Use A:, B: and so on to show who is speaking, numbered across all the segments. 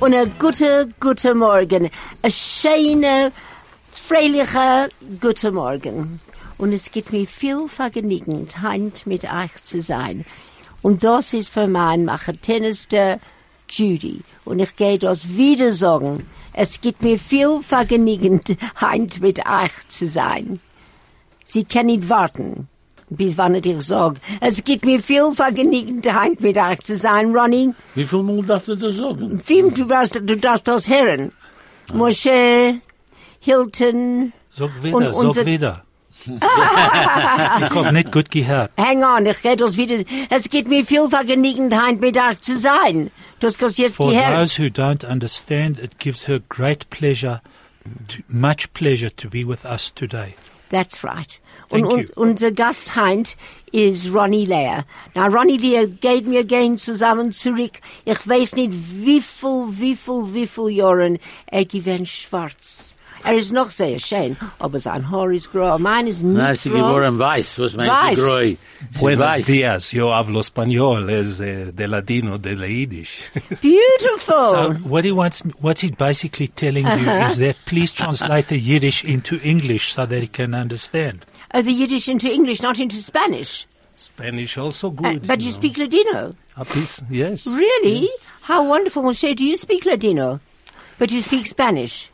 A: und a gute, gute Morgen. A schöne, freiliche, gute Morgen. Und es gibt mir viel Vergnügen, heint mit euch zu sein. Und das ist für mein Machetenister Judy. Und ich gehe das wieder sagen. Es gibt mir viel Vergnügen, heint mit euch zu sein. Sie können nicht warten. Bis wann ich dir sag, es gibt mir viel Vergnügen, heint mit euch zu sein, Ronnie.
B: Wie viel Mal darf ich das sagen?
A: Film, du darfst, du darfst das hören. Moshe, Hilton,
C: Sag
A: Und
C: wieder,
A: unser-
C: sag wieder. ich hab nicht gut gehört.
A: hang on, ich rede das wieder. Es geht mir viel vergnügend, heint mit euch zu sein. Das kannst jetzt
C: For
A: gehört.
C: those who don't understand, it gives her great pleasure, to, much pleasure to be with us today.
A: That's right. Und,
C: Thank
A: und
C: you.
A: unser Gast heint is Ronnie Lear. Now, Ronnie Lear geht mir gehen zusammen zurück. Ich weiß nicht, wie viel, wie viel, wie viel Jahren er gewinnt schwarz. Er ist noch sehr schön, aber sein Haar ist grau. Mein ist nicht
B: Nein, sie
A: grau.
B: geworden weiß, was meint
A: Weiß.
B: sie greu? Sie
D: Buenos
B: weiß.
D: días, yo hablo español, es eh, de ladino, de la yiddish.
A: Beautiful.
C: So what he wants, what he's basically telling you is that please translate the Yiddish into English so that he can understand.
A: Oh, the Yiddish into English, not into Spanish.
D: Spanish also
A: Uh,
D: good.
A: but you
D: know.
A: speak Ladino.
D: A piece, yes.
A: Really?
D: Yes.
A: How wonderful. Moshe, do you speak Ladino? But you speak Spanish.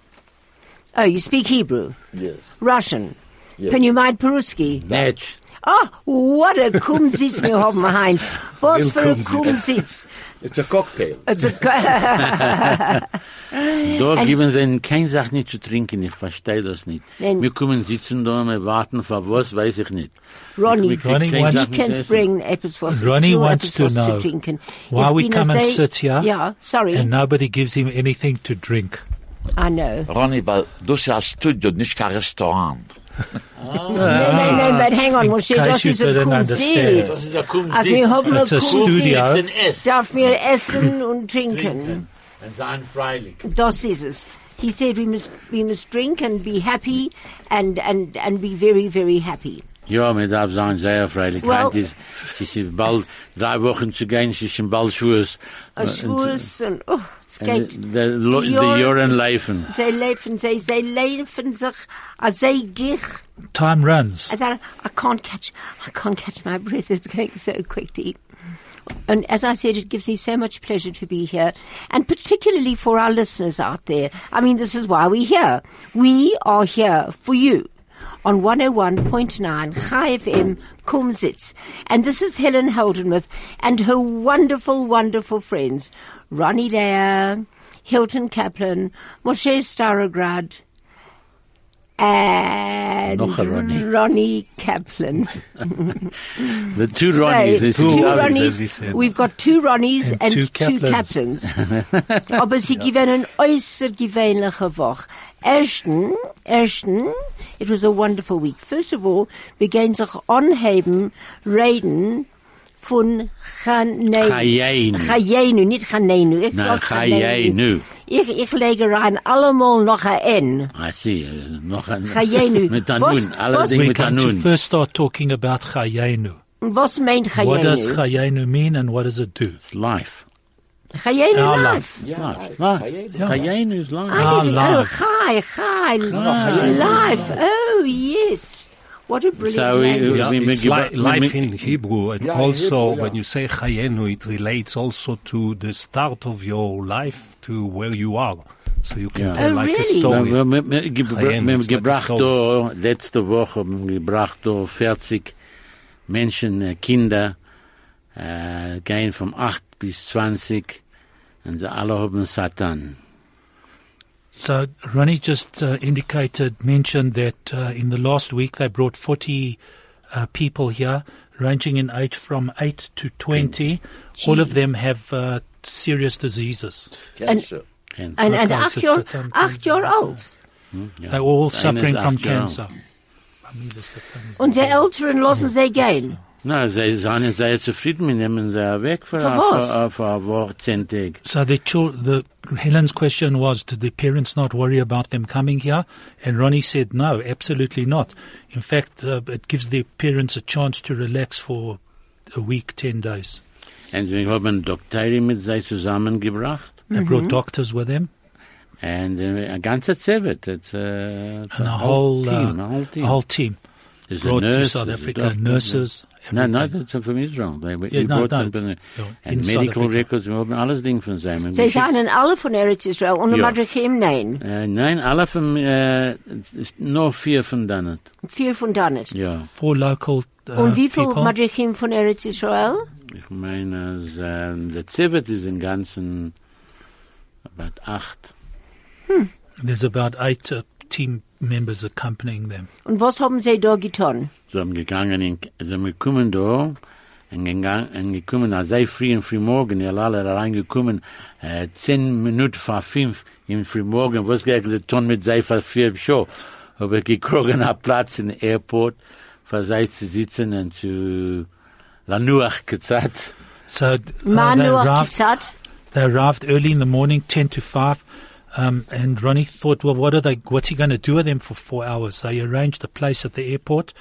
A: Oh, you speak Hebrew,
E: Yes.
A: Russian. Can you mind Peruski?
B: Match.
A: Oh, what a Kumsitz wir haben heim. Was für ein Kumsitz.
E: It's a cocktail.
A: It's a- Äh,
B: Dort geben sie ihnen keine Sache nicht zu trinken, ich verstehe das nicht.
A: Nein.
B: Wir kommen sitzen da und wir warten, für was, weiß ich nicht.
A: Ronnie,
B: Wir kriegen
C: Ronnie
B: keine
C: wants-
A: you
B: Sachen zu
A: can
B: essen.
A: bring apples for
C: Ronnie wants to know why we come and sit here
A: Yeah, sorry.
C: And nobody gives him anything to drink.
A: I know.
F: Ronny, weil du ist ein Studio, nicht kein Restaurant.
A: No, no, no, but hang on,
C: In
A: Moshe,
C: case
A: das
C: you
A: ist ein
C: didn't understand.
A: Kumsitz.
B: Das ist ein Kumsitz.
A: Also wir haben
C: It's a
A: ein
C: studio.
A: Kumsitz.
B: Sitzen, essen,
A: darf mir essen und trinken.
B: trinken. Und sein freilich.
A: Das ist es. He said we must we must drink and be happy and and and be very very happy.
B: Ja, mir darf sein, sehr freilich.
A: Well-
B: Heute ist, sie sind bald, drei Wochen zu gehen, sie sind bald schwurs.
A: A Schwurz
C: uh,
A: und oh, es
B: Und
A: geht.
B: die Lo- die Jahren laufen.
A: Sie laufen, sie, sie laufen sich, a sie gich,
C: Time runs.
A: and I, I can't catch, I can't catch my breath. It's going so quickly. And as I said, it gives me so much pleasure to be here, and particularly for our listeners out there. I mean, this is why we're here. We are here for you on 101.9 High FM Kumsitz. And this is Helen Holdenmuth and her wonderful, wonderful friends, Ronnie Dare, Hilton Kaplan, Moshe Starograd, and
B: Noch a Ronnie.
A: Ronnie Kaplan.
B: The two Ronnies,
A: Right,
B: es
A: two
B: sind da.
D: Ronnies.
A: Ronnies.
D: as we said.
A: We've got two Ronnies and,
C: two
A: two Captains. Aber sie gewinnen außergewöhnliche Woche. Ersten, ersten, it was a wonderful week. First of all, wir gehen sich anheben, reden von Chaneinu.
B: Chayein.
A: Chayeinu, nicht Chaneinu. Ich
B: Na,
A: sag Chaneinu.
B: Chayeinu.
A: Ich, ich lege rein allemal noch ein N.
B: Ah, sie, äh, noch ein...
A: Chayeinu.
B: Mit der
A: Was-
B: Nun, alle
A: was-
B: Dinge
C: We
B: mit der
C: come to
B: Nun.
C: first start talking about Chayenu.
A: Was meint Chayeinu?
C: What does Chayenu mean and what does it do?
B: Life.
A: Chayeinu
C: Our
A: life.
C: life.
B: Life. Life. Chayeinu is life.
C: Ah,
A: I didn't-
C: live.
A: Oh, hi, hi, live. Oh, yes. What a brilliant
B: So we-
A: language.
D: Yeah,
B: We make
D: it's
B: you-
D: li-
B: we
D: life
B: make-
D: in Hebrew, and
E: Yeah, in
D: also
E: Hebrew,
D: when
E: yeah.
D: you say Chayenu, it relates also to the start of your life, to where you are. So you can
B: Yeah. um,
D: tell
A: Oh,
D: like
A: really?
D: a story.
B: Wir haben
D: Chayeinu,
B: gebracht
D: it's like
B: da, letzte Woche haben wir gebracht da 40 Menschen, äh, Kinder, äh, gehen vom 8 bis 20 und sie alle haben Satan.
C: So Ronnie just uh, indicated, mentioned that uh, in the last week they brought 40 uh, people here, ranging in age from 8 to 20. All of them have uh, serious diseases.
F: eh,
E: Cancer.
F: nou,
B: Kein-
A: and and
C: Okay,
A: acht
C: so
A: year,
C: it's a-
A: acht year old.
B: ja.
C: They're all
B: Einer
C: suffering
B: ist
C: from
B: acht Jahre alt.
C: cancer.
A: Unsere Älteren lassen sie gehen.
B: Na, sie sind sehr zufrieden, wir nehmen sie weg für
A: Für
B: ein-
A: was?
B: für- äh, für ein Woche, zehn Tage.
C: So the, chil- the Helen's question was, did the parents not worry about them coming here? And Ronnie said, no, absolutely not. In fact, uh, it gives the parents a chance to relax for a week, ten days.
B: Und wir haben Doktorin mit sie zusammengebracht.
C: They brought doctors with them
B: And uh, a ganze Zewit. It's, uh, it's
C: and a whole
B: team.
C: uh,
B: a whole team.
C: A whole team
B: There's a
C: brought to
B: nurse,
C: South
B: there's a
C: Africa,
B: doctor.
C: nurses.
B: No, no,
C: everything.
B: that's from Israel. They were
C: Yeah,
B: you
C: no,
B: brought
C: no.
B: them from the-
C: Yeah, in
B: and
C: South
B: medical
C: Africa.
B: records, wir haben alles Ding von seinem.
A: Sie seien alle von Eretz Israel und
B: Ja.
A: Madrechim, nein.
B: Äh, nein, alle von, äh, nur vier von denen.
A: Vier von Donnet.
B: Ja,
C: Four local uh,
A: und wie viel
C: people.
A: Madrechim von Eretz Israel?
B: ich meine, es, äh, der Zivit ist im Ganzen about acht.
C: There's about eight uh, team members accompanying them.
A: Und was haben sie da getan?
B: Sie haben gegangen, in, sie haben gekommen da, und gegangen, und gekommen, als sei früh und früh morgen, ihr alle reingekommen, äh, zehn Minuten vor fünf im Frühmorgen, was gleich sie tun mit sei vor vier Show. Aber gekrogen einen Platz in der Airport, für sei zu sitzen und zu Lanuach gezahlt.
C: So th- uh, they
A: Manu hat
C: arrived,
A: gesagt,
C: they arrived early in the morning, 10 to 5. Um, and Ronnie thought, well, what are they, what's he going to do with them for four hours? So he arranged a place at the airport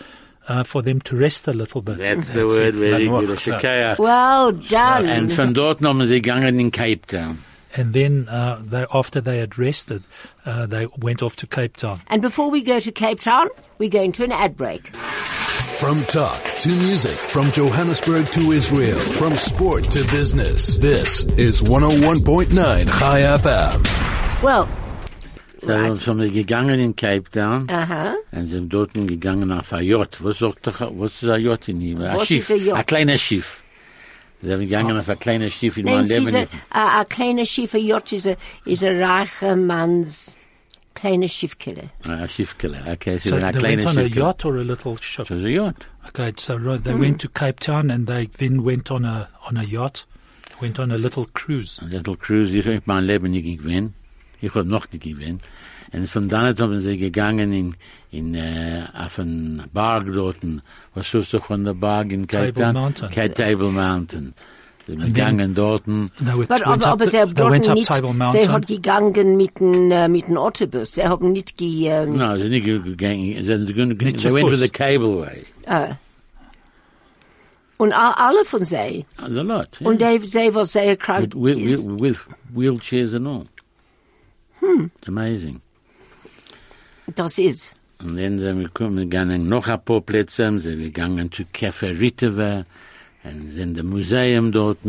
C: uh, for them to rest a little bit.
B: That's the word, very
D: Lanuach
B: good.
D: gezahlt.
B: Shekaya.
A: well
B: Und
A: done.
B: von dort haben sie gegangen in Cape Town.
C: And then uh, they, after they had rested, uh, they went off to Cape Town.
A: And before we go to Cape Town, we're going to an ad break.
E: From talk to music, from Johannesburg to Israel, from sport to business. This is 101.9 High FM.
A: Well,
B: So sind wir gegangen in Cape Town.
A: aha.
B: Und sie sind dort gegangen auf ein Jot. Was sagt der, was ist ein Jot in ihm? Ein
A: Was
B: Schiff.
A: ist ein Yacht?
B: Ein kleines Schiff. Sie sind gegangen auf ein kleines Schiff in
A: Nein,
B: meinem
A: sie ist
B: Leben.
A: ein
B: nicht.
A: ein kleiner Schiff, ein Yacht ist ein- ist ein reicher Manns kleines Schiffkiller.
B: Ein Schiffkeller. Okay, sie
C: So
B: sind
C: they
B: ein kleines
C: went on a
B: Schiffkeller.
C: yacht or a little ship.
B: So ist ein Jot.
C: Okay, so right, they went to Cape Town and they then went on a on a yacht, went on a little cruise.
B: Ein Little Cruise. Ich habe mein Leben nicht gewinnt. Ich habe noch nicht gewinnt. Und von dann an sind sie gegangen in, in, äh, auf einen Berg dort. Was suchst du von der Berg in Cape
C: Table
B: Town?
C: Mountain.
B: Cape Table Mountain. Sie sind
C: And then-
B: gegangen dort.
C: They went,
A: Aber,
C: went
A: aber,
C: up
A: aber
C: the-
A: sie haben
C: they
A: dort
C: went up
A: nicht,
C: Table
A: sie
C: Mountain.
A: hat gegangen mit dem, äh, mit dem Autobus. Sie haben nicht ge, ähm,
B: No, sie sind nicht gegangen. Sie sind gegangen.
C: Nicht zu
B: They went with
C: Fuß.
B: the cableway.
A: äh. Und all, alle von sie.
B: A lot.
A: Und die, sie, was sehr krank
B: with, with,
A: ist.
B: with, with wheelchairs and all.
A: Hm.
B: It's amazing.
A: Das ist.
B: Und dann sind wir gekommen, wir gingen noch ein paar Plätze, sind wir gegangen zu Café Rittewe, und sind im Museum dort.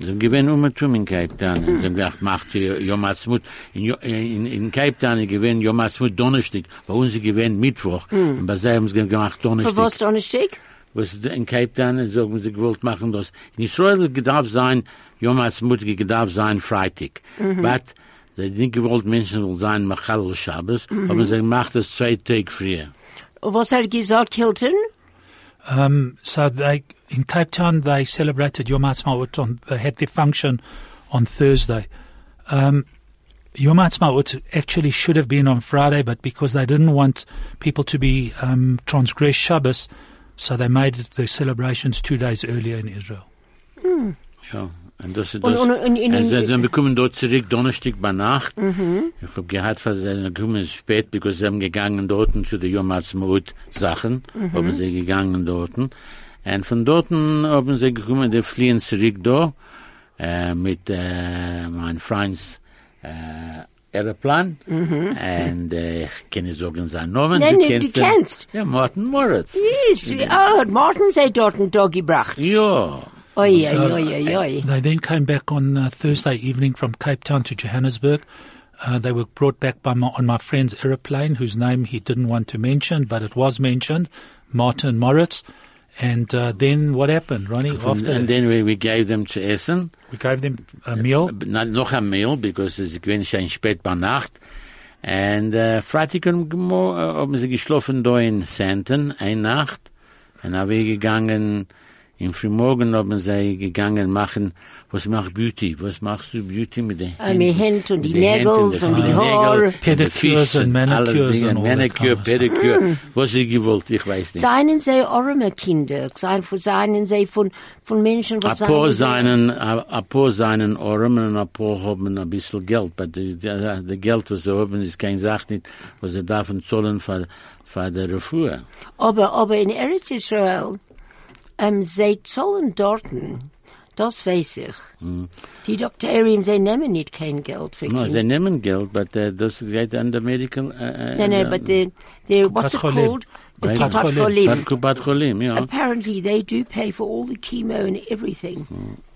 B: Sie gewinnen um und tun in Cape Town.
A: Hm.
B: Und sie gesagt, macht ihr Yom Hasmut. In, Jo- in, in Cape Town gewinnen Yom Hasmut Donnerstag. Bei uns sie gewinnen Mittwoch. Und bei sie haben sie gemacht
A: Hm. Für was
B: Donnerstag.
A: da nicht schick?
B: Was in Cape Town sagen sie gewollt machen, das in Israel gedarf sein, Yom Hasmut gedarf sein Freitag. But sie hat nicht gewollt Menschen soll sein Machal Shabbos, aber sie macht es zwei Tage früher.
A: Und was hat gesagt Hilton?
C: Um, so they in Cape Town they celebrated Yom Ha'atzmaut on they had their function on Thursday. Um, Yom Ha'atzmaut actually should have been on Friday, but because they didn't want people to be um, transgress Shabbos, so they made the celebrations two days earlier in Israel.
B: Ja, und das ist
A: Und-
B: das.
A: und- und- und-
B: Und sie-
A: und-
B: sie bekommen dort zurück Donnerstag bei Nacht.
A: Mhm.
B: Ich hab gehabt, weil sie kommen spät, because sie haben gegangen dort zu den Yom Ha'atzmaut Sachen,
A: Mhm.
B: haben sie gegangen dort. Und von dort haben sie gekommen, die fliehen zurück da, äh, mit äh, meinem Freund äh, Aeroplan. Und äh, ich kenne sogar seinen Namen.
A: Mhm. Nein, nein,
B: du kennst
A: du
B: ihn.
A: kennst.
B: Ja, Martin Moritz.
A: Yes, oh, hat Martin sei dort einen Tag gebracht.
B: Ja.
A: Oi, oi, oi, oi, oi.
C: They then came back on uh, Thursday evening from Cape Town to Johannesburg. Uh, they were brought back by my, on my friend's aeroplane, whose name he didn't want to mention, but it was mentioned, Martin Moritz. And uh, then what happened, Ronnie?
B: And,
C: After
B: and then we, we gave them to Essen.
C: we gave them a meal.
B: Na, noch ein Mehl, because es gewinnt schon spät bei Nacht. Und äh, Freitag haben gemo- äh, haben sie geschlafen da in Senten, eine Nacht. Und haben wir gegangen, im Frühmorgen haben sie gegangen machen, was macht Beauty? Was machst du Beauty mit den
A: Ah, mit Händen und
B: Mit
A: die
B: den Händen,
A: Nägels
B: das
A: und die
B: sind
A: Haare.
B: Nägel, die
C: Pedicures
B: Füße,
C: und
B: alles
C: Manicures
B: Dinge,
C: und all that
B: Manicure,
C: kind of stuff.
B: Pedicure,
A: Mm.
B: was sie gewollt, ich weiß nicht.
A: Seinen sei arme Kinder, seien von seinen sei von, von Menschen,
B: A
A: was
B: paar seinen, a a paar seinen Ohren und a paar haben ein bisschen Geld, aber der Geld, was sie haben, ist kein Sach nicht, was sie davon zollen für, für die Refuhr.
A: Aber, aber in Eretz Israel, ähm, sie zollen dorten. Das weiß ich. Die Doktorinnen, sie nehmen nicht kein Geld für
B: No,
A: Kinder.
B: they Mhm. nehmen Geld, but uh, das geht an der medical... Uh,
A: No, no, but the, the what's it
C: Cholim.
A: called? The
B: Right.
A: Kapat
C: Cholim.
A: Cholim.
B: Kubat Cholim,
A: Eh,
B: yeah.
A: Apparently, they do pay for all the chemo and everything.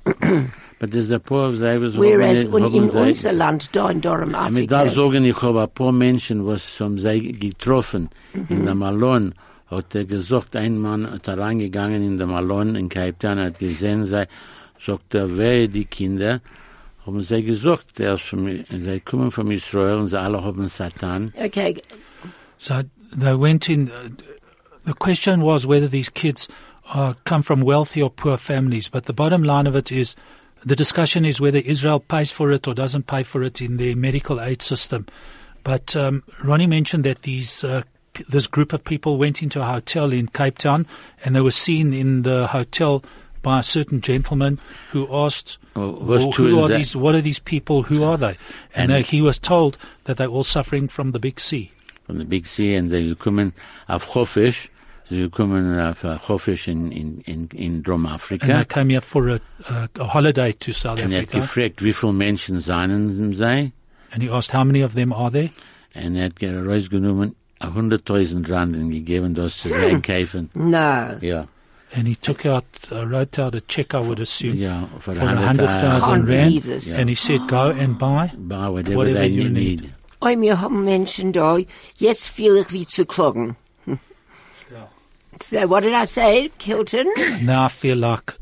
B: But there's a poor Zivers...
A: Whereas un, in unser Land, da in Durham,
B: I mean, da
A: Afrika,
B: sagen, ich habe ein paar Menschen, was von sei getroffen in der Malon. Hat er gesagt, ein Mann hat er reingegangen in der Malon in Cape Town, hat gesehen, sei, sagt er, wer die Kinder? Haben sie gesagt, er ist von, sie kommen von Israel und sie alle haben Satan.
A: okay,
C: So they went in. Uh, the question was whether these kids uh, come from wealthy or poor families. But the bottom line of it is the discussion is whether Israel pays for it or doesn't pay for it in the medical aid system. But um, Ronnie mentioned that these. Uh, p- this group of people went into a hotel in Cape Town and they were seen in the hotel by a certain gentleman who asked,
B: Oh, was
C: "Who-
B: to
C: who are
B: that-
C: these, What are these people? Who are they? And, uh, he was told that they're all suffering from the big C.
B: Von der Big Sea und sie kommen auf Hofisch. Sie kommen auf äh, Hofisch in, in, in, in Dromafrika.
C: And I came here for a, a, a holiday to South
B: Und er hat
C: Africa.
B: gefragt, wie viele Menschen seien sei.
C: and he asked, How many of them are there?
B: Und er hat gerade rausgenommen, 100.000 Rand dus und gegeben, das
A: Hmm.
B: zu einkaufen.
A: no.
B: Ja,
C: And he took out, uh, wrote out a check, I would assume,
B: ja,
C: for
B: für
C: a
B: 100.000
C: 100,000
A: Can't believe
C: Rand.
A: this.
C: And he said, Go and buy.
B: Buy whatever,
C: Whatever
B: they
C: you
B: you need.
C: need.
A: Oi, wir haben Menschen da, jetzt fühle ich wie zu klagen. So, what did I say, Kilton?
C: Now I feel like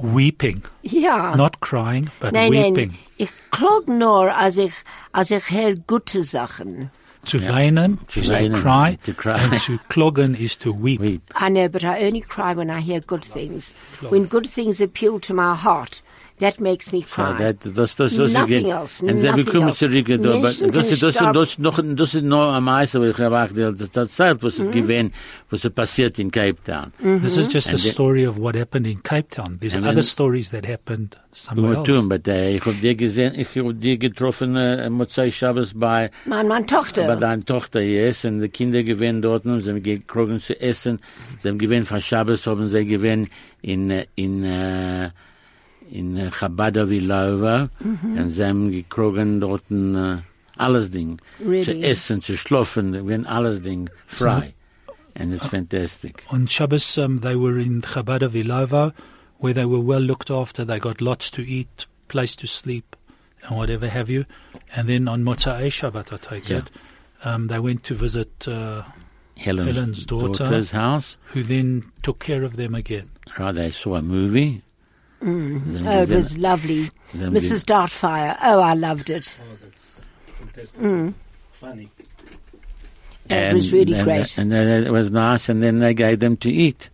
C: weeping,
A: yeah.
C: not crying, but
A: nein,
C: weeping.
A: nein, ich klag nur, als ich, als ich höre gute Sachen.
C: To weinen
B: To
C: is
B: weinen,
C: to cry,
B: to cry.
C: and to cloggen is to weep.
B: Weep.
A: I know, but I only cry when I hear good things. When good things appeal to my heart, that makes me
B: So
A: cry.
B: that, das, das, das,
A: Nothing
B: geht.
A: else,
B: Und sie
A: nothing
B: bekommen
A: else.
B: zurück, aber das,
A: Menschen
B: das,
A: können
B: das,
A: sterben.
B: das, noch, das ist noch am meisten, was ich erwarte, das, das Zeit, was
A: Hmm.
B: es gewesen, was es passiert in Cape Town.
C: This
A: Mm-hmm.
C: is just
B: And
C: a
B: the-
C: story of what happened in Cape Town. There's
B: And
C: other
B: then-
C: stories that happened somewhere
B: Nur
C: else.
B: tun, aber äh, ich hab dir gesehen, ich hab dir getroffen, äh, Motzei Schabes bei,
A: Mein, meine Tochter.
B: Aber deine Tochter yes, und die Kinder gewinnen dort, und sie haben gekrogen zu essen, sie haben gewinnen von Schabes, haben sie gewinnen in, äh, in, äh, in äh, Chabada Vilova,
A: Mhm.
B: und sie haben gekrogen dort äh, alles Ding,
A: Really?
B: zu essen, zu schlafen, wenn alles Ding frei. Und es ist fantastisch.
C: On Shabbos, um, they were in Chabad of Ilovo, where they were well looked after. They got lots to eat, place to sleep, and whatever have you. And then on Motzai Shabbat, I take
B: Yeah.
C: it, um, they went to visit, uh,
B: Helen's,
C: Helen's daughter.
B: daughter's house.
C: who then took care of them again.
B: Right, they saw a movie. Sie haben
A: Oh, it
B: gesehen-
A: was lovely.
B: sie haben
A: Mrs. Dartfire. Oh, I loved it. Mm.
D: Funny.
A: It was really
B: and,
A: great.
B: And then it was nice, and then they gave them to eat.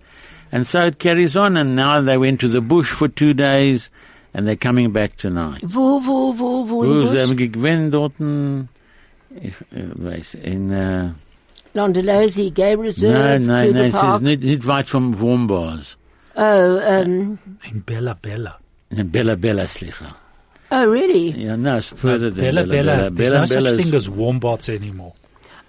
B: And so it carries on, and now they went to the bush for two days, and they're coming back tonight.
A: Wo, wo, wo, wo,
B: Wo
A: in
B: sie haben
A: Busch?
B: gegeben dort in, ich äh, weiß, in, äh,
A: Landelosi Gay Reserve,
B: nein, nein,
A: Kruger
B: nein, es ist
A: Park.
B: nicht, nicht weit vom Wombars.
A: Oh, um,
C: In Bella Bella.
B: In Bella Bella, Slicha.
A: oh, really?
B: Yeah, no, it's further than
C: Uh, Bella, Bella,
B: Bella.
C: There's no such
B: Bella's-
C: thing as wombats anymore.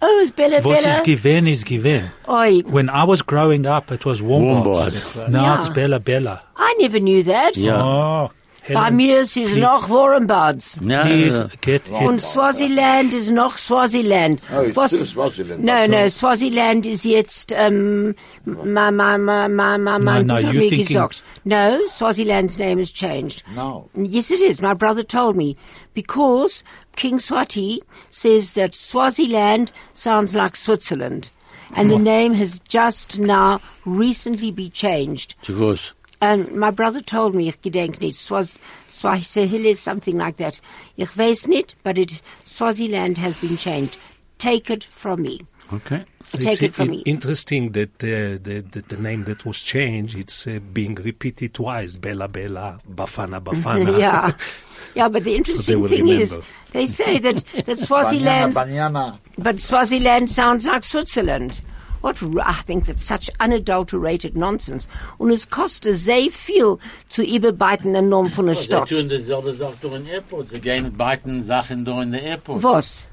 A: Oh, it's Bella
C: What is
A: Bella.
C: given is given.
A: Oi,
C: When I was growing up, it was wombats.
B: Wombats.
C: Now
A: Yeah.
C: it's Bella Bella.
A: I never knew that.
B: Yeah.
C: Oh,
A: Bei
C: Helen,
A: mir ist es noch Warrenbads.
B: No,
C: please
B: no, no.
C: get
A: Und
C: it.
A: Swaziland ist noch Swaziland.
G: Oh, it's
A: Was- Nou.
G: still
F: dus
G: Swaziland.
A: No, no, Swaziland ist jetzt, ähm, ma, ma, ma, ma, ma, ma,
C: No, no,
A: hat
C: you
A: mir
C: thinking-
A: gesagt. No, Swaziland's name has changed.
F: Nou,
G: No.
A: Yes, it is. My brother told me. Because King Swati says that Swaziland sounds like Switzerland. And the name has just now recently been changed.
B: To was.
A: Um, my brother told me, ich gedenk nicht, Swaz, Swahili, something like that. Ich weiß nicht, but it, Swaziland has been changed. Take it from me.
B: Okay.
A: Take it from me.
D: interesting that uh, the, the the name that was changed it's uh, being repeated twice. Bella Bella, Bafana Bafana.
A: yeah. Yeah, but the interesting
D: will
A: thing is,
D: remember.
A: they say that, that Swaziland,
G: Banana,
A: but Swaziland sounds like Switzerland. What, r- I think that's such unadulterated nonsense. Und es kostet sehr viel zu überbeiten den Namen von der
B: They
A: Stadt.
B: do the same thing in airports. They go and bite Sachen in the airport.
A: Was?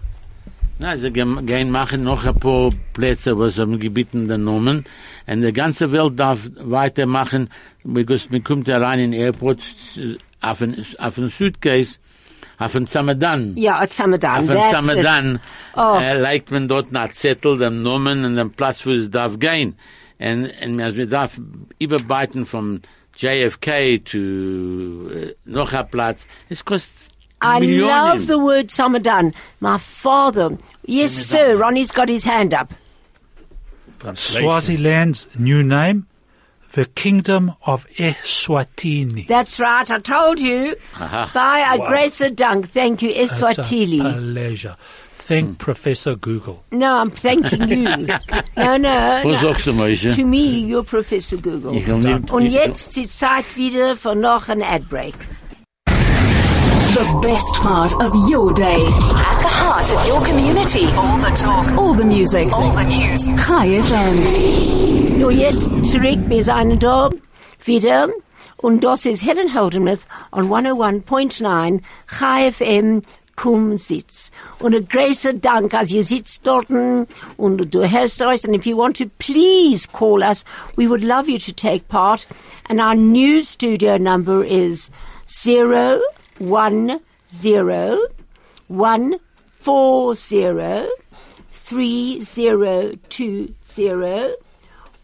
B: Na, sie gem- gehen machen noch ein paar Plätze, was haben gebeten den Nomen. Und die ganze Welt darf weitermachen, because man kommt da rein in den Airport, äh, auf den, auf den Suitcase, auf den Zamadan.
A: Ja, it's Samadan.
B: Auf den
A: that's it.
B: Zamadan
A: Oh.
B: äh, legt man dort einen Zettel, den Nomen und den Platz, wo es darf gehen. Und, und als man also darf überbeiten vom JFK zu äh, noch ein Platz, es kostet
A: I
B: Millionen.
A: love the word Samadan. My father. Yes, sir. Ronnie's got his hand up.
C: Swaziland's new name, the Kingdom of Eswatini.
A: That's right. I told you.
B: Aha.
A: By a grace of dunk. Thank you,
C: That's a
A: Eswatili.
C: pleasure. Thank Professor Google.
A: No, I'm thanking you. no, no.
B: Wo
A: no.
B: sagst du, Moshe?
A: To me, you're Professor Google.
B: Ich will nicht-
A: Und
B: ich-
A: jetzt die Zeit wieder für noch ein Ad-Break.
G: The best part of your day. At the heart of your community. All the talk. All the music. All the news. Hi FM.
A: Nur jetzt zurück, wir sind da wieder. Und das ist Helen Holdemith on 101.9 HFM Kum Sitz. Und ein großer Dank, als ihr sitzt dort und du hörst euch. And if you want to, please call us. We would love you to take part. And our new studio number is 010 140 3020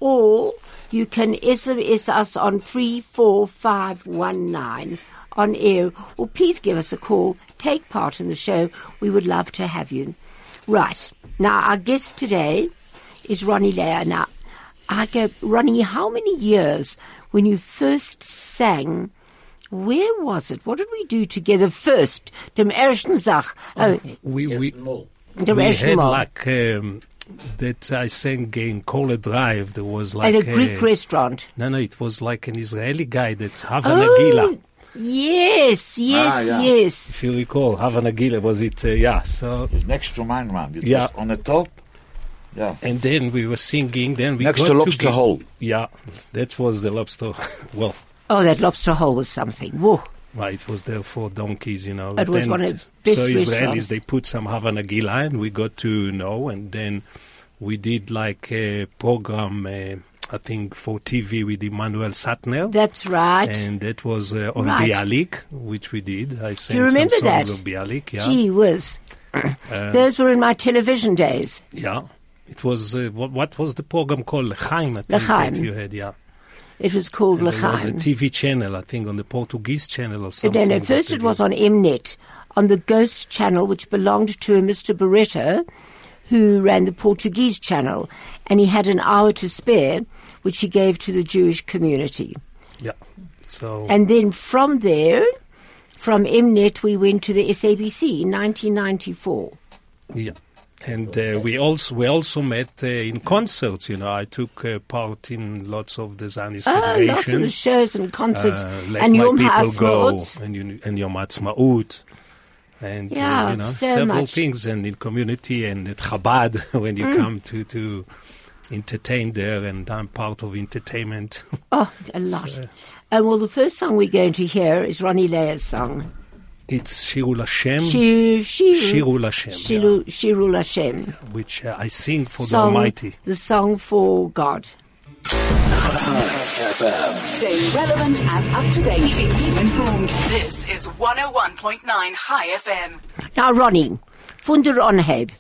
A: or you can SMS us on 34519 on air, or please give us a call. Take part in the show. We would love to have you. Right. Now, our guest today is Ronnie Lea. Now, I go, Ronnie, how many years when you first sang? Where was it? What did we do together first? Dem ersten Sach. Oh,
D: We, we,
A: the
D: we had
A: rational.
D: like um, that I sang in Cola Drive. There was like
A: at a Greek restaurant.
D: No, no, it was like an Israeli guy that Havana
A: Oh,
D: Gila.
A: yes, yes,
F: yeah.
A: yes.
D: If you recall, Havana Gila was it? Uh, yeah. So
F: It's next to mine, man. It
D: Yeah.
F: was on the top. Yeah.
D: and then we were singing. Then we
F: Next
D: got
F: to Lobster
D: Gi-
F: Hole.
D: Yeah, that was the lobster. well,
A: Oh, that lobster hole was something. Whoa.
D: Right, it was there for donkeys, you know.
A: It was one of the best
D: So
A: restaurants.
D: Israelis, they put some Havana Gila, and we got to know, and then we did like a program, uh, I think, for TV with Emmanuel Satner.
A: That's right.
D: and that was uh, on
A: Right.
D: Bialik, which we did. I sang
A: you remember
D: some songs
A: that?
D: of Bialik, yeah. Um,
A: Gee whiz. Those were in my television days.
D: Yeah. It was, uh, what, what was the program called? L'chaim, I think,
A: L'chaim.
D: that you had, yeah.
A: It was called
D: There was a
A: L'chaim.
D: TV channel, I think, on the Portuguese channel or
A: And
D: something.
A: then at
D: that
A: first
D: they
A: it was
D: did.
A: on Mnet, on the Ghost Channel, which belonged to a Mr. Barretto, who ran the Portuguese channel, and he had an hour to spare, which he gave to the Jewish community.
D: Yeah. So,
A: And then from there, from Mnet, we went to the SABC in 1994.
D: Yeah, and uh, we also we also met uh, in concerts. You know, I took uh, part in lots of the Zionist
A: Oh,
D: Federation.
A: lots of the shows and concerts
D: uh, let
A: and
D: my
A: Yom
D: people go,
A: Ha'atzmaut.
D: and you, and Yom Ha'atzmaut. And uh,
A: Yeah,
D: you know
A: so
D: several
A: much. Mm.
D: things, and in community and at Chabad when you come to to entertain there, and I'm part of entertainment.
A: Oh, a lot. Uh, well, the first song we're going to hear is Ronnie Leah's song.
D: it's Shirul Hashem,
A: Shir, Shiru,
D: Mm. Shirul Hashem, yeah,
A: Shiru, Shirul Hashem.
D: which uh, I sing for the
A: Song-
D: Almighty.
A: The song for God.
G: Stay relevant and up to date. Keep informed. This is 101.9 High FM.
A: Now, Ronnie, von der Onheb.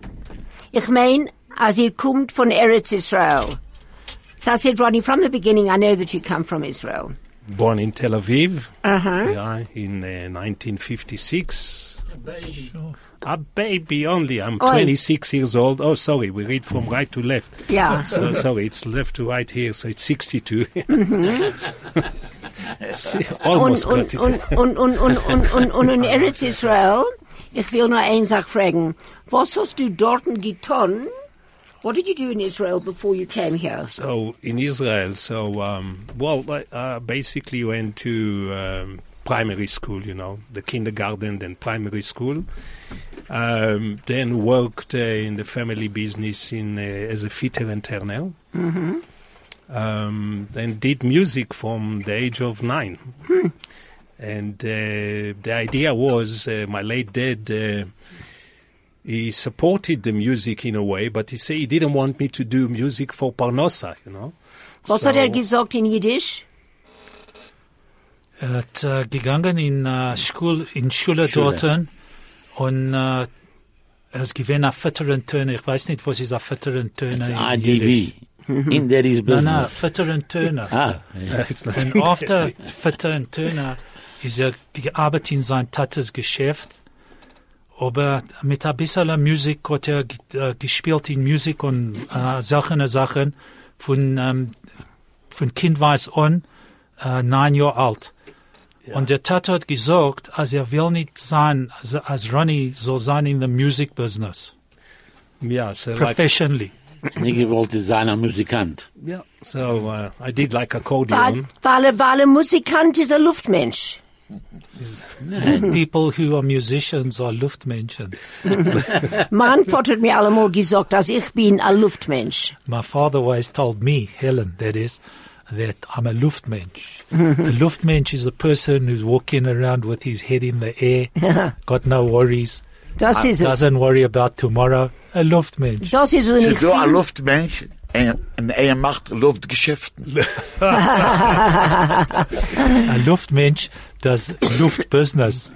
A: Ich mein, as ihr kommt von Eretz Israel. So I said, Ronnie, from the beginning, I know that you come from Israel.
D: born in Tel Aviv.
A: Uh-huh.
D: Yeah, in uh, 1956. A baby. A baby only. I'm
A: Oi.
D: 26 years old. Oh, sorry. We read from right to left.
A: Yeah.
D: So sorry, it's left to right here. So it's 62. See,
A: und,
D: Almost got
A: und,
D: it.
A: und, und, und, und, und, und, und in Eretz Israel, ich will nur eine Sache fragen. Was hast du dort getan? What did you do in Israel before you came here?
D: So in Israel, so um, well, I uh, basically went to um, primary school. You know, the kindergarten, then primary school. Um, then worked uh, in the family business in uh, as a fitter and turner. Um, and did music from the age of nine. And uh, the idea was, uh, my late dad. Uh, he supported the music in a way, but he said he didn't want me to do music for Parnosa, you know.
A: Was
D: So-
A: hat er gesagt in Jiddisch?
C: Er hat äh, gegangen in äh, Schul, in
B: Schule.
C: Schule, dorten und äh, er ist gewesen auf Veteran Töne. Ich weiß nicht, was ist auf Veteran Töne. in Jiddisch.
B: IDB. Ah, In there is
C: Nein, nein,
B: business.
C: Veteran Töne.
B: Ah, yeah.
C: Und after Veteran Töne ist er gearbeitet in sein Tates Geschäft. Aber mit ein bisschen Musik hat er ge- äh, gespielt in Musik und äh, Sachen, äh, Sachen von, ähm, von Kind war es an, äh, neun Jahre alt. Und der Tate hat gesagt, als er will nicht sein, als, als Ronnie soll sein in the music business.
D: Yeah, so like,
C: Professionally.
B: Nigger wollte sein ein Musikant.
D: yeah, so uh, I did like
A: Weil,
D: accordion.
A: weil, er- weil er Musikant ist, ein Luftmensch.
C: People who are musicians are Luftmenschen.
A: Mein Vater hat mir allemal gesagt, dass ich bin ein Luftmensch.
C: My father always told me, Helen, that is, that I'm a Luftmensch. the Luftmensch is a person who's walking around with his head in the air, got no worries,
A: Das
D: Ah,
A: ist es.
C: doesn't worry about tomorrow. A Luftmensch.
A: Das ist es. Und
F: Sie
A: ich
F: do ein
A: bin,
F: Luftmensch, ein, ein, ein macht Luftgeschäften.
C: A Luftmensch does Luftbusiness.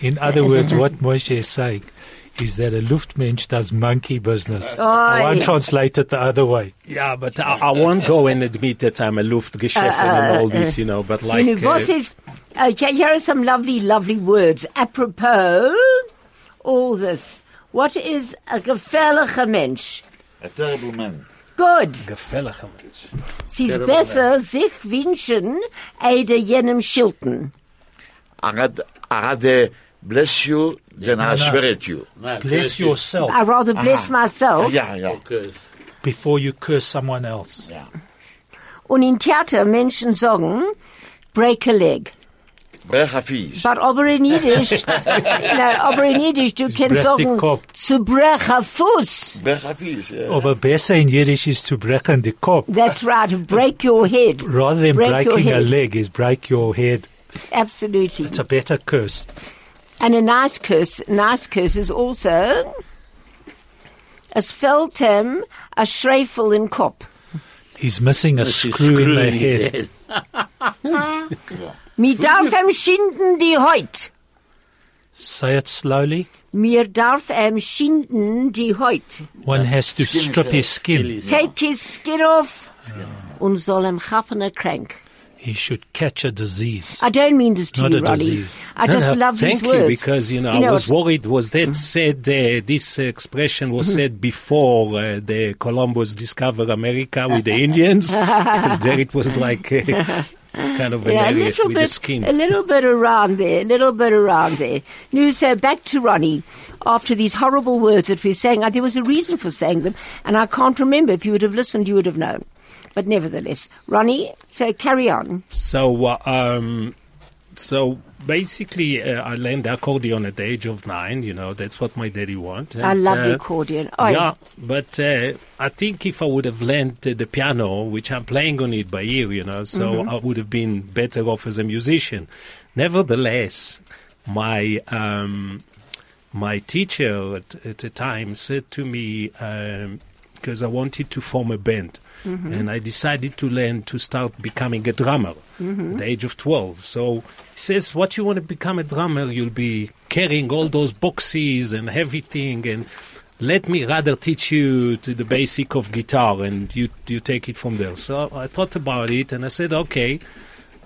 C: In other words, what Moshe is saying is that a Luftmensch does monkey business. One
A: Oi.
C: translated the other way.
D: Yeah, but I, I won't go and admit that I'm a Luftgeschäft and all this, you know, but like.
A: you know, was
D: uh,
A: ist, okay, here are some lovely, lovely words. Apropos all this. What is a gefährlicher Mensch?
F: A terrible man.
A: Good.
D: Gefälliger Mensch.
A: Sie ist besser, sich wünschen, eider jenem Schilden.
F: I had, I had uh, bless you, then
C: no.
F: I swear at you.
C: Bless yourself
A: I rather bless myself.
F: Yeah, yeah.
C: before you curse someone else.
A: Und in Theater Menschen sagen, break a leg.
F: Brech a fies.
A: But aber in Yiddish, no, aber in Yiddish, du kannst
C: brech den
A: sagen,
C: Kopf.
A: zu brechen Fuß.
F: Brech a fies, yeah.
C: Aber besser in Yiddish is to brechen the kop.
A: That's right, break your head.
C: Rather than
A: Break your
C: breaking a
A: head.
C: leg is break your head.
A: Absolutely.
C: It's a better curse.
A: And a nice curse, nice curse is also, es fällt ihm a Schreifel im Kopf.
C: He's missing a
B: She's
C: screw in the
B: screwing his
C: head.
B: head.
A: Mir darf ihm schinden die Heut.
C: Say it slowly.
A: Mir darf ihm schinden die Heut.
C: One has to
F: Skin is
C: strip
F: a
C: his skin.
A: Take his skin off und soll ihm schaffen a crank.
C: He should catch a disease.
A: I don't mean this to
C: Not
A: you,
C: a
A: Ronnie.
C: disease.
A: I
D: No,
A: just
D: no,
A: love
D: thank
A: these words.
D: you because you know, I was worried was
A: Mm-hmm.
D: that said uh, this expression was said before uh, the Columbus discovered America with the Indians 'cause there it was like uh, kind of an
A: yeah, a
D: area
A: little
D: with the
A: bit,
D: skin.
A: a little bit around there, a little bit around there. Now, so back to Ronnie. After these horrible words that we're saying, uh, there was a reason for saying them, and I can't remember. If you would have listened, you would have known. But nevertheless, Ronnie, so carry on.
D: So, uh, um, so basically, uh, I learned the accordion at the age of nine. You know, that's what my daddy wanted.
A: I love the
D: uh,
A: accordion. Oh,
D: yeah, but uh, I think if I would have learned uh, the piano, which I'm playing on it by ear, you know, so I would have been better off as a musician. Nevertheless, my um, my teacher at, at the time said to me because I wanted to form a band, and I decided to learn to start becoming a drummer at the age of twelve. So he says, "What you want to become a drummer? You'll be carrying all those boxes and everything, and let me rather teach you to the basic of guitar, and you you take it from there." So I thought about it, and I said, "Okay."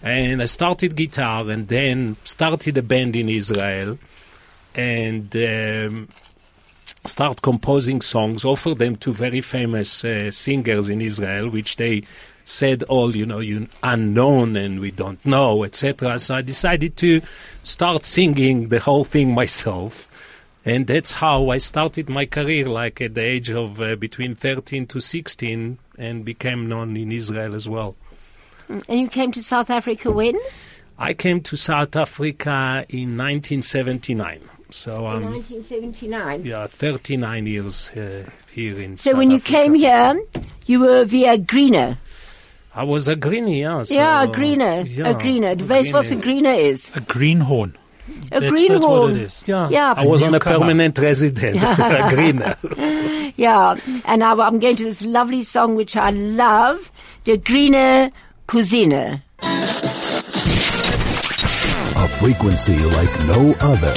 D: and I started guitar and then started a band in Israel and um, start composing songs, offer them to very famous uh, singers in Israel, which they said all, you know, you unknown and we don't know, etc. So I decided to start singing the whole thing myself. And that's how I started my career, like at the age of uh, between 13 to 16, and became known in Israel as well.
A: And you came to South Africa when?
D: I came to South Africa in 1979. So um,
A: 1979.
D: yeah, 39 years uh, here in
A: So
D: South
A: when you
D: Africa.
A: came here, you were via greener.
D: I was a greenie, yeah. So,
A: yeah, greener.
D: yeah,
A: a greener. Du weißt, was a greener is.
C: A greenhorn.
A: a
C: That's-
A: green
C: that's what
A: home.
C: it is. Yeah.
A: yeah,
D: I was on a
C: newcomer.
D: permanent resident, a greener.
A: yeah. And I, I'm going to this lovely song which I love, "The Grüne Cousine."
E: A frequency like no other.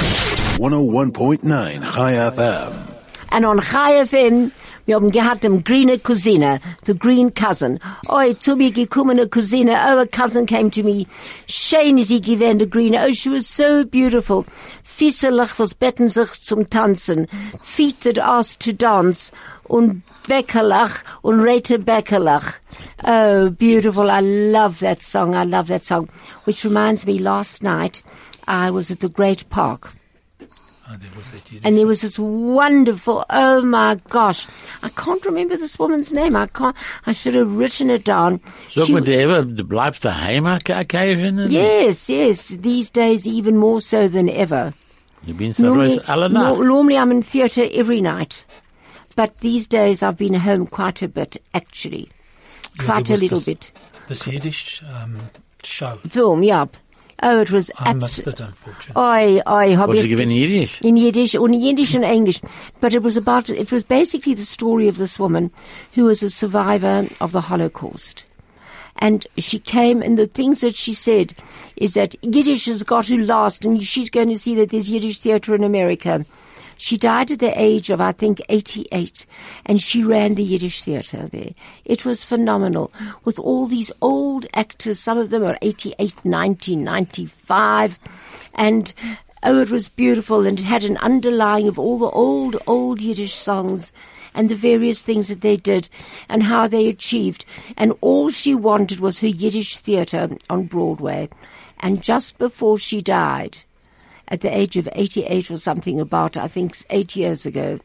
E: 101.9 High FM.
A: And on Chai FM, wir haben gehabt dem grüne Cousine, the green cousin. Oh, zu mir gekommene Cousine, oh, a cousin came to me. Schön ist sie gewesen, the green. Oh, she was so beautiful. Fieselig, was betten sich zum Tanzen. Feated us to dance. Und Beckerlach und Rete Beckerlach. Oh, beautiful. I love that song. I love that song. Which reminds me, last night, I was at the Great Park
C: Ah, there was that
A: and there was this wonderful. Oh my gosh, I can't remember this woman's name. I can't. I should have written it down.
B: Sag
A: She-
B: mal, die Eva, du bleibst daheim auf Occasion?
A: yes, yes. These days, even more so than ever.
B: Du bist ja bloß alle Nacht.
A: nor- normally I'm in theatre every night, but these days I've been home quite a bit, actually,
C: Yeah,
A: quite
C: there
A: a
C: was
A: little
C: this-
A: bit.
C: This Yiddish um, show.
A: Film, yeah. Oh, it was
C: I missed it,
A: absolutely.
C: unfortunately.
A: I, I,
B: Ah, Was sie gewinnen Jiddisch?
A: in Yiddish, or in Yiddish and English. But it was about, it was basically the story of this woman who was a survivor of the Holocaust. And she came, and the things that she said is that Yiddish has got to last, and she's going to see that there's Yiddish theatre in America. She died at the age of, I think, 88, and she ran the Yiddish theatre there. It was phenomenal, with all these old actors, some of them are 88, 90, 95, and Oh, it was beautiful, and it had an underlying of all the old, old Yiddish songs and the various things that they did and how they achieved. And all she wanted was her Yiddish theatre on Broadway. And just before she died, at the age of 88 or something, about, I think, eight years ago,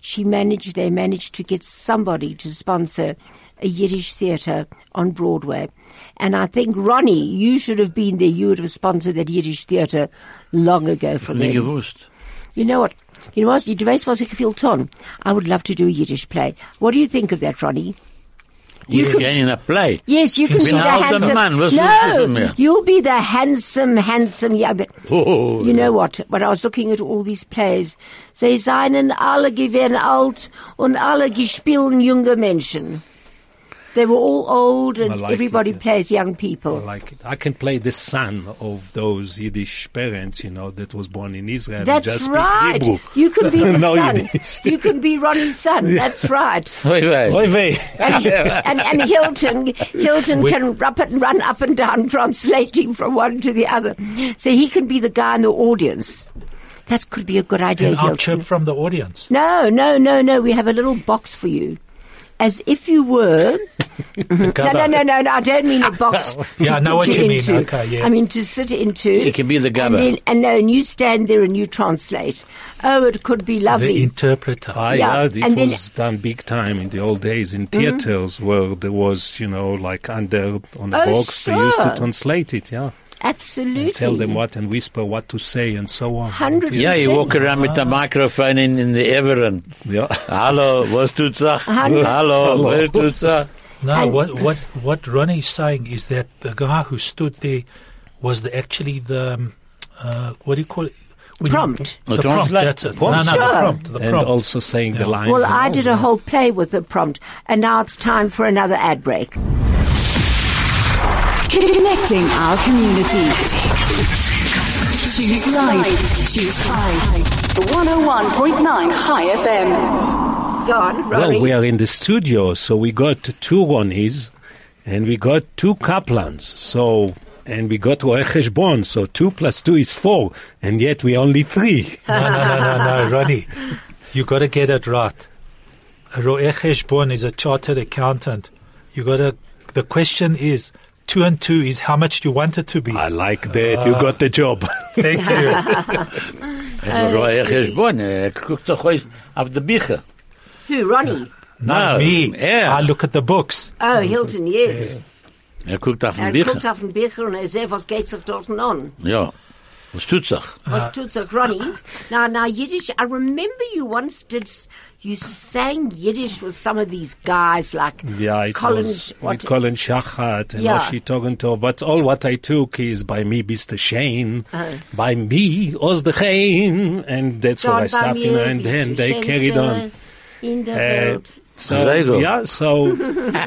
A: she managed, they managed to get somebody to sponsor a Yiddish theatre on Broadway. And I think, Ronnie, you should have been there. You would have sponsored that Yiddish theatre long ago for
B: Nie
A: them.
B: gewusst.
A: You know what? You know what? You weiß, was ich viel ton. I would love to do a Yiddish play. What do you think of that, Ronnie?
B: You
A: could-
B: gehen in a play.
A: Yes, you can
B: bin
A: be the
B: ein alter
A: handsome.
B: Mann, was willst du
A: no,
B: von mir?
A: you'll be the handsome, handsome young.
B: Oh,
A: You know what? When I was looking at all these plays, they seien alle gewesen alt und alle gespielten junge Menschen. They were all old
D: I
A: and
D: like
A: everybody
D: it, yeah.
A: plays young
D: I
A: people.
D: like it. I can play the son of those Yiddish parents, you know, that was born in Israel. and
A: That's
D: just speak
A: right.
D: Hebrew.
A: You can be the
D: No, you
A: son.
D: didn't.
A: You can be Ronnie's son. That's right.
B: Oi, wei.
D: Oy vey.
A: And, and, and Hilton, Hilton can up and run up and down, translating from one to the other. So he can be the guy in the audience. That could be a good idea,
C: And I'll
A: Hilton.
C: chirp from the audience.
A: No, no, no, no. We have a little box for you. As if you were. no, no, no, no, no. I don't mean a box.
C: Yeah, I
A: to
C: know
A: put
C: what you mean.
A: into.
C: Okay, yeah.
A: I mean to sit into.
B: It can be the
A: and,
B: gabber.
A: then, and no, and you stand there and you translate. Oh, it could be
C: The
A: lovely.
C: interpreter.
D: I
A: Yeah,
D: heard it
A: and then- Mm-hmm.
D: was done big time in the old days in theaters where there was, you know, like under on a
A: Oh,
D: box. They used to
A: sure.
D: translate it, yeah.
A: Absolutely.
D: And tell them what and whisper what to say and so on.
A: Hundred
B: Yeah, you walk around with a
C: Ah.
B: microphone in, in the Everon.
D: Yeah.
B: Hallo, was tut's sag?
A: Hallo.
B: Hallo, was tut's sag?
C: No,
A: And-
C: what what what Ronnie's saying is that the guy who stood there was the actually the um, uh, what do you call it? When you-
A: Prompt.
C: the
B: The
C: prompt.
B: translate-
C: That's it.
D: Prompt.
C: No, no, the
A: Sure.
C: prompt. The
D: and
C: prompt.
D: also saying the lines.
A: Well,
D: and
A: I
D: all
A: did
D: that.
A: a whole play with the prompt, and now it's time for another ad break.
G: Connecting our community. Choose life. Choose five. 101.9 High FM.
A: Go on, Rory.
D: Well, we are in the studio, so we got two Ronnies, and we got two Kaplans. So, and we got Roy Cheshbon, so two plus two is four, and yet we only three.
C: No, no, no, no, no, Ronnie. You got to get it right. A Roe Cheshbon is a chartered accountant. You got to. The question is, two and two is how much do you want it to be?
D: I like that. You got the job.
C: Thank you.
B: Also, Roy, er Eh, ist bon, er guckt doch heute auf die Bücher.
A: Who, Ronnie?
C: Not
B: No,
C: me.
B: yeah.
C: I look at the books.
A: Oh, Hilton, yes.
B: Er guckt auf
A: Er
B: die
A: guckt
B: Bücher.
A: auf den Becher und er sagt, was geht sich dort an?
B: Ja. Was tut sich?
D: Uh,
A: Was tut so, Ronnie? Now, now, Yiddish, I remember you once did, s- you sang Yiddish with some of these guys like
D: Yeah, it
A: Colin,
D: was
A: what,
D: with Colin Shachat and
A: Yeah.
D: Oshi Toganto. But all what I took is by me bis the Shane,
A: Uh-huh.
D: by me Oz the Chain, and that's
A: John
D: where I stopped. You know,
A: Bamier,
D: and then
A: Mr.
D: they carried on.
A: Schenster, In the
D: Uh,
A: world.
D: so
B: There you go.
D: yeah, so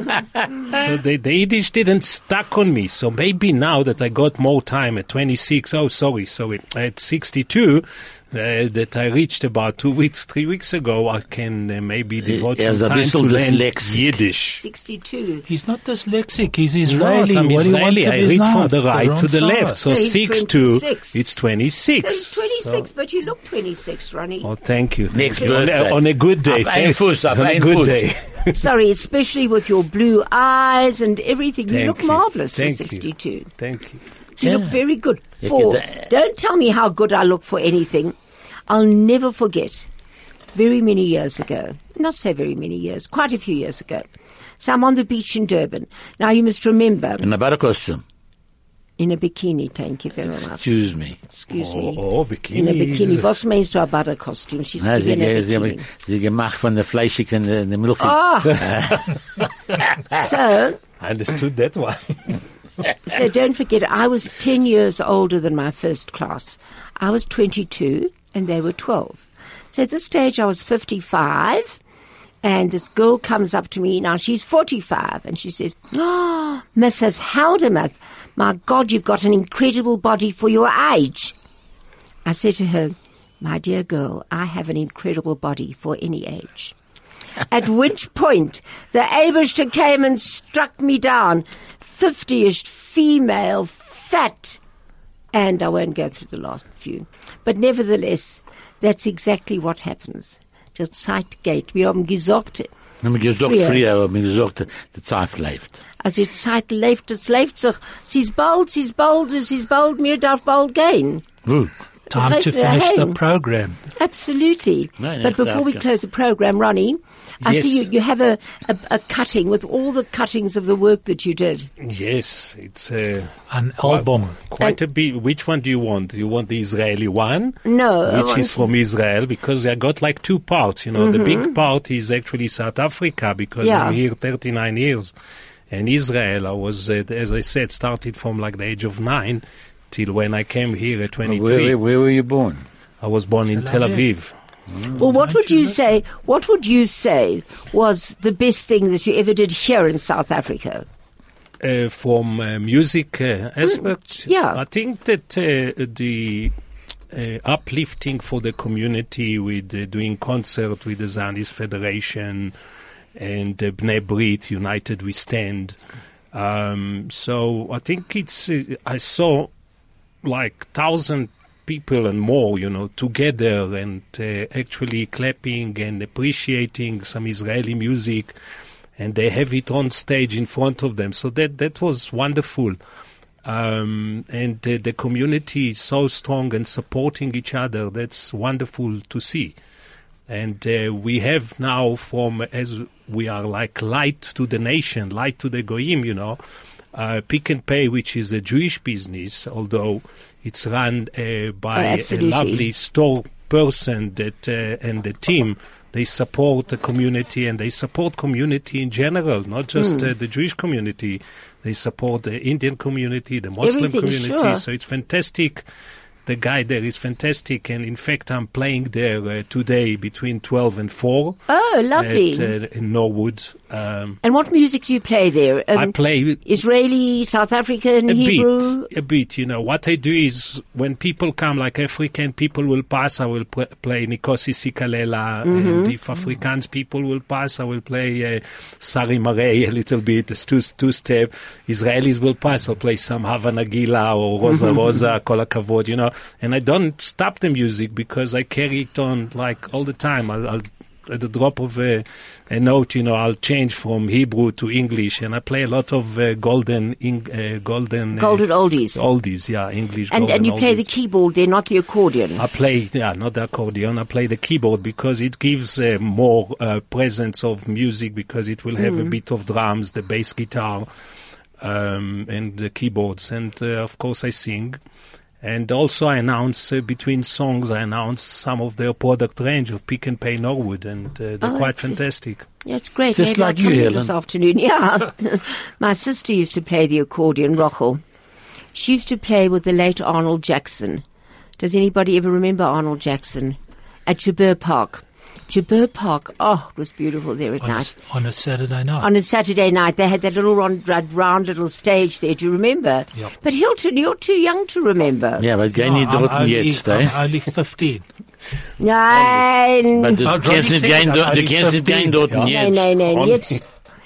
D: so the, the Yiddish didn't stuck on me. So maybe now that I got more time at 26, oh sorry, sorry, at 62, uh, that I reached about two weeks, three weeks ago, I can uh, maybe devote
B: er is
D: some
B: a
D: time to
B: bissel
D: learn
B: dyslexic.
D: Yiddish.
A: 62.
C: He's not dyslexic. He's Israeli.
D: No, I'm
C: what do you want
D: Israeli.
C: to
D: I
C: be
D: read
C: now?
D: from the right to
C: wrong
D: the
C: side.
D: left. So
A: So he's
D: six to
A: 26.
D: it's twenty
A: So
D: six.
A: he's 26, but you look 26, Ronnie.
D: Oh, thank you.
B: Next
D: Thank you. On,
B: birthday.
D: a, on a good day.
B: Auf einen
D: Thank-
B: Fuß, auf
D: on a
B: einen
D: good
B: Fuß.
D: day.
A: Sorry, especially with your blue eyes and everything. you
D: Thank
A: look
D: you.
A: marvelous
D: Thank
A: for
D: you.
A: 62. You,
D: Thank you.
A: look very good.
B: You
A: For,
B: could, uh,
A: don't tell me how good I look for anything. I'll never forget. Very many years ago, not so very many years, quite a few years ago. So I'm on the beach in Durban. Now you must remember,
B: In a better costume.
A: in a bikini, thank you very much.
B: Excuse me.
A: Excuse
D: Oh,
A: me.
D: oh,
A: In a bikini.
D: bikini.
A: Was meinst du about a costume? She's
B: Na, sie,
A: in a
B: ge- sie,
A: bikini.
B: haben- sie gemacht von der Fleischig in der, in der Milch.
A: Ah. So,
D: I understood that one.
A: so don't forget, I was 10 years older than my first class. I was 22 and they were 12. So at this stage, I was 55 and this girl comes up to me. Now she's 45 and she says, oh, Mrs. Haldermuth, my God, you've got an incredible body for your age. I said to her, my dear girl, I have an incredible body for any age. At which point the Abishter came and struck me down. Fifty-ish female, fat. And I won't go through the last few. But nevertheless, that's exactly what happens. Just Zeitgate. Wir haben gesagt,
B: Haben wir gesagt
A: Früher.
B: früher, haben wir gesagt, die Zeit läuft.
A: also die Zeit läuft, es läuft sich. Sie ist bald, sie ist bald, sie ist bald, mir darf bald gehen.
B: Wo?
C: Time to
A: Raise their
C: finish the
A: hand.
C: program.
A: Absolutely.
B: No, no,
A: but before we
B: okay.
A: close the program, Ronnie, I
D: Yes.
A: see you, you have a, a, a cutting with all the cuttings of the work that you did.
D: yes, it's uh,
C: An album.
D: quite a bit. Which one do you want? You want the Israeli one?
A: No, I
D: Which
A: want-
D: is from Israel because I got like two parts. You know, the big part is actually South Africa because
A: Yeah.
D: I'm here 39 years. And Israel, I was, uh, as I said, started from like the age of nine till when I came here at 23.
B: Where, where, where were you born?
D: I was born in Tel
C: Tel Aviv.
D: Aviv.
A: Well, what would you say? What would you say was the best thing that you ever did here in South Africa?
D: uh, from uh, music uh, aspect,
A: yeah.
D: I think that uh, the uh, uplifting for the community with uh, doing concert with the Zionist Federation and uh, Bnei Brit United We Stand. Um, so I think it's uh, I saw like thousand people and more, you know, together and uh, actually clapping and appreciating some Israeli music, and they have it on stage in front of them. So that that was wonderful, um, and uh, the community is so strong and supporting each other. That's wonderful to see. And uh, we have now, from as we are like light to the nation, light to the goyim, you know, uh, Pick and Pay, which is a Jewish business, although it's run uh,
A: Oh,
D: by a
A: absolutely.
D: lovely store person that uh, and the team. They support the community and they support community in general, not just
A: Hmm.
D: uh, the Jewish community. They support the Indian community, the Muslim
A: Everything,
D: community.
A: sure.
D: So it's fantastic. The guy there is fantastic, and in fact, I'm playing there uh, today between 12 and 4
A: Oh, lovely!
D: at, uh, in Norwood. Um,
A: and what music do you play there?
D: I play
A: Israeli, South African,
D: a
A: Um, Hebrew.
D: bit, a bit. You know what I do is when people come, like African people will pass, I will pl- play Nikosi Sikalela, and if Afrikaans people will pass, I will play uh, Sari Marei a little bit, it's two two step. Israelis will pass, I'll play some Havana Gila or Rosa Rosa, Kola Kavod, you know. And I don't stop the music because I carry it on like all the time. I'll, I'll at the drop of a, a note, you know, I'll change from Hebrew to English, and I play a lot of uh, golden, ing, uh, golden, uh,
A: Golden oldies.
D: oldies, yeah, English.
A: and
D: golden
A: and you play the
D: oldies. Uh,
A: keyboard there, not the accordion.
D: I play, yeah, not the accordion. I play the keyboard because it gives uh, more uh, presence of music because it will
A: Mm.
D: have a bit of drums, the bass guitar, um, and the keyboards, and uh, of course I sing. And also I announce, uh, between songs, I announce some of their product range of Pick and Pay Norwood, and uh, they're
A: Oh, I
D: quite
A: see.
D: fantastic.
A: Yeah, it's great.
B: Just
A: Maybe I'll
B: like you,
A: come in
B: Helen.
A: This afternoon, yeah. My sister used to play the accordion, Rochel. She used to play with the late Arnold Jackson. Does anybody ever remember Arnold Jackson? At Jabir Park. Jabir Park, oh, it was beautiful there at
C: on, a,
A: night
C: s- on a Saturday night.
A: on a Saturday night. They had that little round, round, round little stage there. Do you remember?
C: Yep.
A: But Hilton, you're too young to remember.
B: Ja, aber geh
C: No,
B: nicht
C: I'm
B: dorten
C: only,
B: jetzt,
C: I'm
B: eh?
C: only 15.
A: Nein.
B: Aber du
C: Oh, Johnny
B: kannst nicht
C: said
B: gehen
C: that,
B: dort-
C: I
B: du
C: did
B: kannst nicht
C: 15,
B: gehen dorten
A: Nein,
B: jetzt.
A: nein, nein.
B: Und-
A: Jetzt,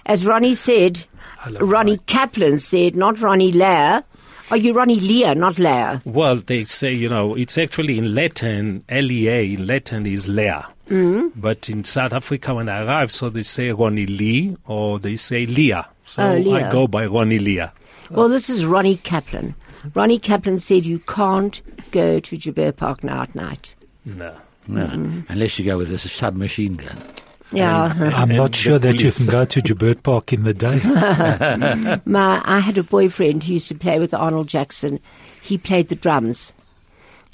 A: as Ronnie said,
C: Hello,
A: Ronnie
C: Ronnie.
A: Kaplan said, not Ronnie Lear. Oh, you Ronnie Lear, not Lear.
D: Well, they say, you know, it's actually in Latin, L-E-A, in Latin is Lea.
A: Mm-hmm.
D: mm But in South Africa, when I arrived, so they say Ronnie Lee or they say Leah. So
A: Oh, Leah.
D: I go by Ronnie Leah.
A: Well, this is Ronnie Kaplan. Ronnie Kaplan said, you can't go to Jabir Park now at night.
D: No.
B: Ja, Unless you go with a submachine gun.
A: Yeah.
C: I'm
D: and
C: not
D: the
C: sure that you
D: police.
C: can go to Jabert Park in the day.
A: My, I had a boyfriend who used to play with Arnold Jackson. He played the drums,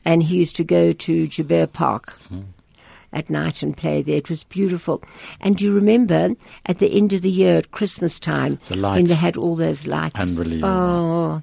A: and he used to go to Jabir Park
B: Hmm.
A: at night and play there. It was beautiful. And do you remember at the end of the year at Christmas time
B: The
A: when
B: lights.
A: they had all those lights?
B: Unbelievable.
A: Oh,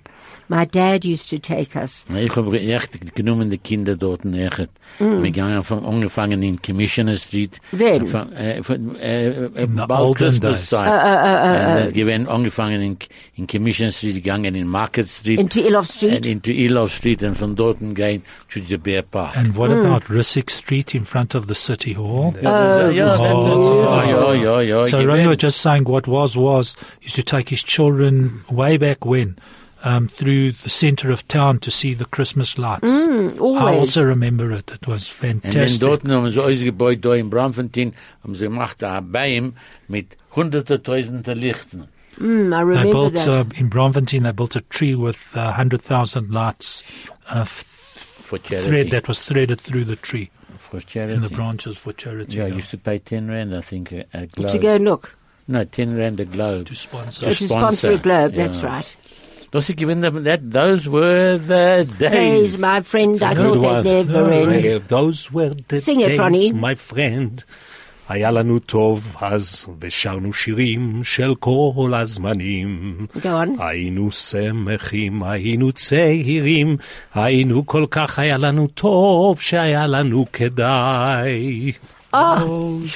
A: my dad used to take us.
B: Ja, Ich habe echt genommen die Kinder dort echt. Wir gingen von angefangen in Commissioner Street.
A: Wen?
B: Von, äh, von, äh, äh,
C: the
B: bald
C: olden
B: Christmas
C: days.
B: Zeit. Und Äh, das gewesen angefangen in, in Commissioner Street, gegangen in Market Street.
A: Into Elof Street?
B: Und into Elof Street und von dort gehen zu the Bear Park.
C: And what
A: Hmm.
C: about Rissick Street in front of the City Hall?
B: ja, ja,
C: Oh.
B: ja, ja, ja,
C: So
B: gewesen.
C: Ronnie was just saying what was was used to take his children way back when um, through the centre of town to see the Christmas lights. I
A: Hmm, always.
C: also remember it. It was
B: Und dann
C: fantastic.
B: dort haben sie unser Gebäude da in Bramfontein, haben sie gemacht, da bei ihm, mit hunderte, tausende Lichten.
A: Mm, I
C: they
A: remember
C: built
A: that.
C: uh, in Bromfontein. They built a tree with uh, hundred thousand lights uh, f-
B: For charity.
C: thread that was threaded through the tree
B: For
C: in the
B: charity.
C: branches for charity.
B: Yeah, I
C: yeah,
B: used to pay 10 rand, I think, a, a globe.
A: to go and look.
B: No, 10 rand a globe.
C: to sponsor.
A: To
B: To
A: sponsor a
B: sponsor,
A: globe,
B: yeah.
A: that's right.
B: Those who given them that, those were the days.
A: Praise my friend, I
D: Good
A: thought
D: one.
A: they'd never
D: Yeah,
A: end.
D: Those were the
A: Sing it,
D: days,
A: Ronnie.
D: my friend. היה לנו טוב אז, ושרנו שירים של כל הזמנים.
A: Go on.
D: היינו שמחים, היינו צעירים, היינו כל כך, היה לנו טוב, שהיה לנו כדאי.
A: Oh.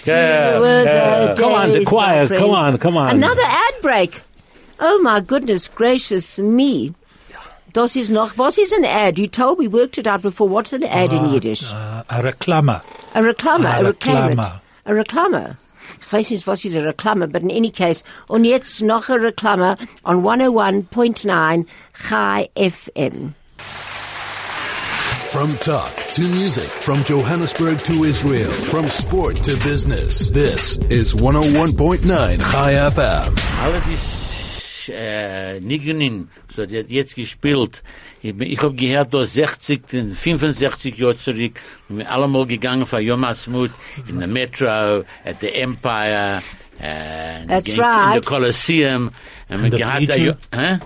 A: There were the uh,
D: Come on, the
A: days, my
D: choir,
A: friend.
D: come on, come on.
A: Another ad break. Oh my goodness gracious me. Das ist noch, was is an ad? You told me, worked it out before. What's an ad
D: Ah.
A: in Yiddish?
C: Uh, a reclama.
A: A reclame, a
C: a
A: reclame.
C: reclame.
A: A reclame. Ich weiß nicht, was ist a reclame, but in any case. Und jetzt noch a reclame on 101.9 Chai FM.
E: From talk to music, from Johannesburg to Israel, from sport to business. This is 101.9 High FM.
B: Alle die äh, Nigenin, so die hat jetzt gespielt. Ich, bin- ich habe gehört, da 60, und 65 Jahre zurück, sind wir allemal gegangen von Yom Hasmut in der Metro, at the Empire, äh,
A: That's
B: in, in
A: right.
B: the Colosseum. Und wir
C: the
B: gehabt, da,
C: Legion?
B: hä?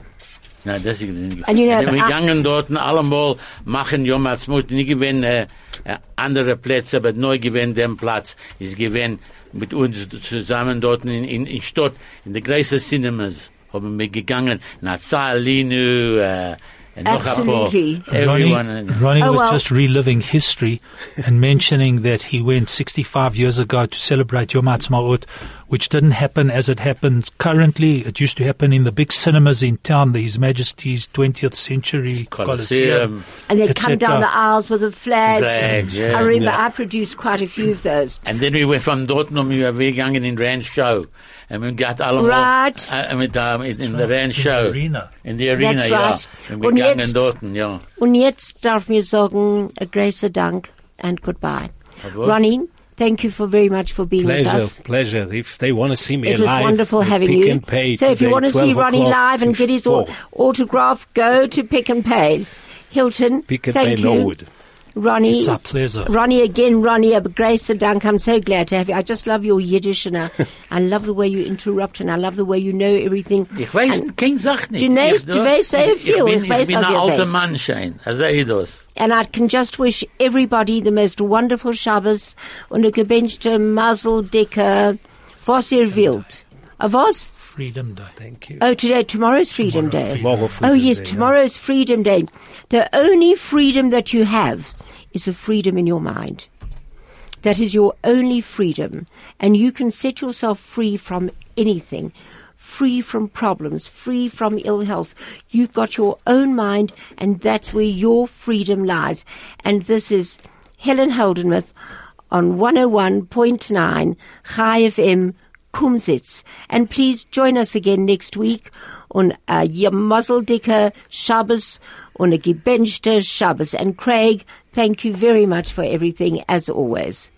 B: Nein, das ist nicht.
A: And you know,
B: wir
A: I-
B: gegangen dort allemal machen Yom Ha'atzmaut, nicht gewinnen äh, äh, andere Plätze, aber neu gewinnen den Platz. Ist gewinnen mit uns zusammen dort in, in, in Stott, in der Grace Cinemas, haben wir gegangen. Nazar, Linu, äh, noch ein paar.
A: Absolutely.
C: Ronnie,
B: Everyone.
C: Ronnie
A: Oh,
C: was
A: well.
C: just reliving history and mentioning that he went 65 years ago to celebrate Yom Ha'atzmaut, which didn't happen as it happens currently. It used to happen in the big cinemas in town, the His Majesty's 20th Century
B: Colosseum.
C: Coliseum.
A: And they
C: et
A: come down
C: cetera.
A: the aisles with the flags.
B: Flags, yeah.
A: I remember
D: Yeah.
A: I produced quite a few of those.
B: And then we were from dort und wir were gegangen in Rand Show. And we got allemal
A: Right.
B: äh, mit, ähm, in, in der
C: right,
B: Rand
C: in the
B: Show.
C: arena.
B: In der Arena,
A: That's
B: ja.
A: right.
B: Und
A: Und
B: wir gegangen
A: jetzt-
B: dort, ja.
A: Und jetzt darf mir sagen, a grace Dank and goodbye.
B: Jawohl.
A: Ronnie, thank you for very much for being with
D: Pleasure,
A: us.
D: pleasure. If they want to see me
A: It was
D: live,
A: wonderful
D: at
A: having
D: Pick
A: you.
D: and Pay
A: so if you
D: today,
A: want to see
D: 12
A: Ronnie
D: o'clock
A: live and
D: to
A: get his
D: four.
A: au- autograph, go to Pick and Pay. Hilton,
D: Pick and
A: thank
D: Pay
A: you.
D: Norwood.
A: Ronnie.
C: It's our pleasure.
A: Ronnie again, Ronnie, a grace and dank. I'm so glad to have you. I just love your Yiddish and I, I love the way you interrupt and I love the way you know everything.
B: Ich weiß,
A: And,
B: kein Sach nicht.
A: Du weißt-
B: Ich-
A: du weißt sehr
B: ich
A: viel.
B: bin-
A: Ich weiß,
B: Ich bin
A: was
B: ein
A: ihr
B: alter
A: weißt.
B: Mann, Schein. Also ich das.
A: and I can just wish everybody the most wonderful Shabbos und a gebenchte Mazel Dicker, was ihr wollt. A was?
C: Freedom Day.
D: Thank you.
A: Oh, today, tomorrow's Freedom Day.
D: Tomorrow
A: oh,
D: Freedom
A: yes,
D: Day, yeah.
A: tomorrow's Freedom Day. The only freedom that you have is the freedom in your mind. That is your only freedom. And you can set yourself free from anything. Free from problems, free from ill health. You've got your own mind, and that's where your freedom lies. And this is Helen Holdenmuth on 101.9 Chai FM Kumsitz. And please join us again next week on uh, a Mazeldicker Shabbos on a Gebenchte Shabbos. And Craig, thank you very much for everything as always.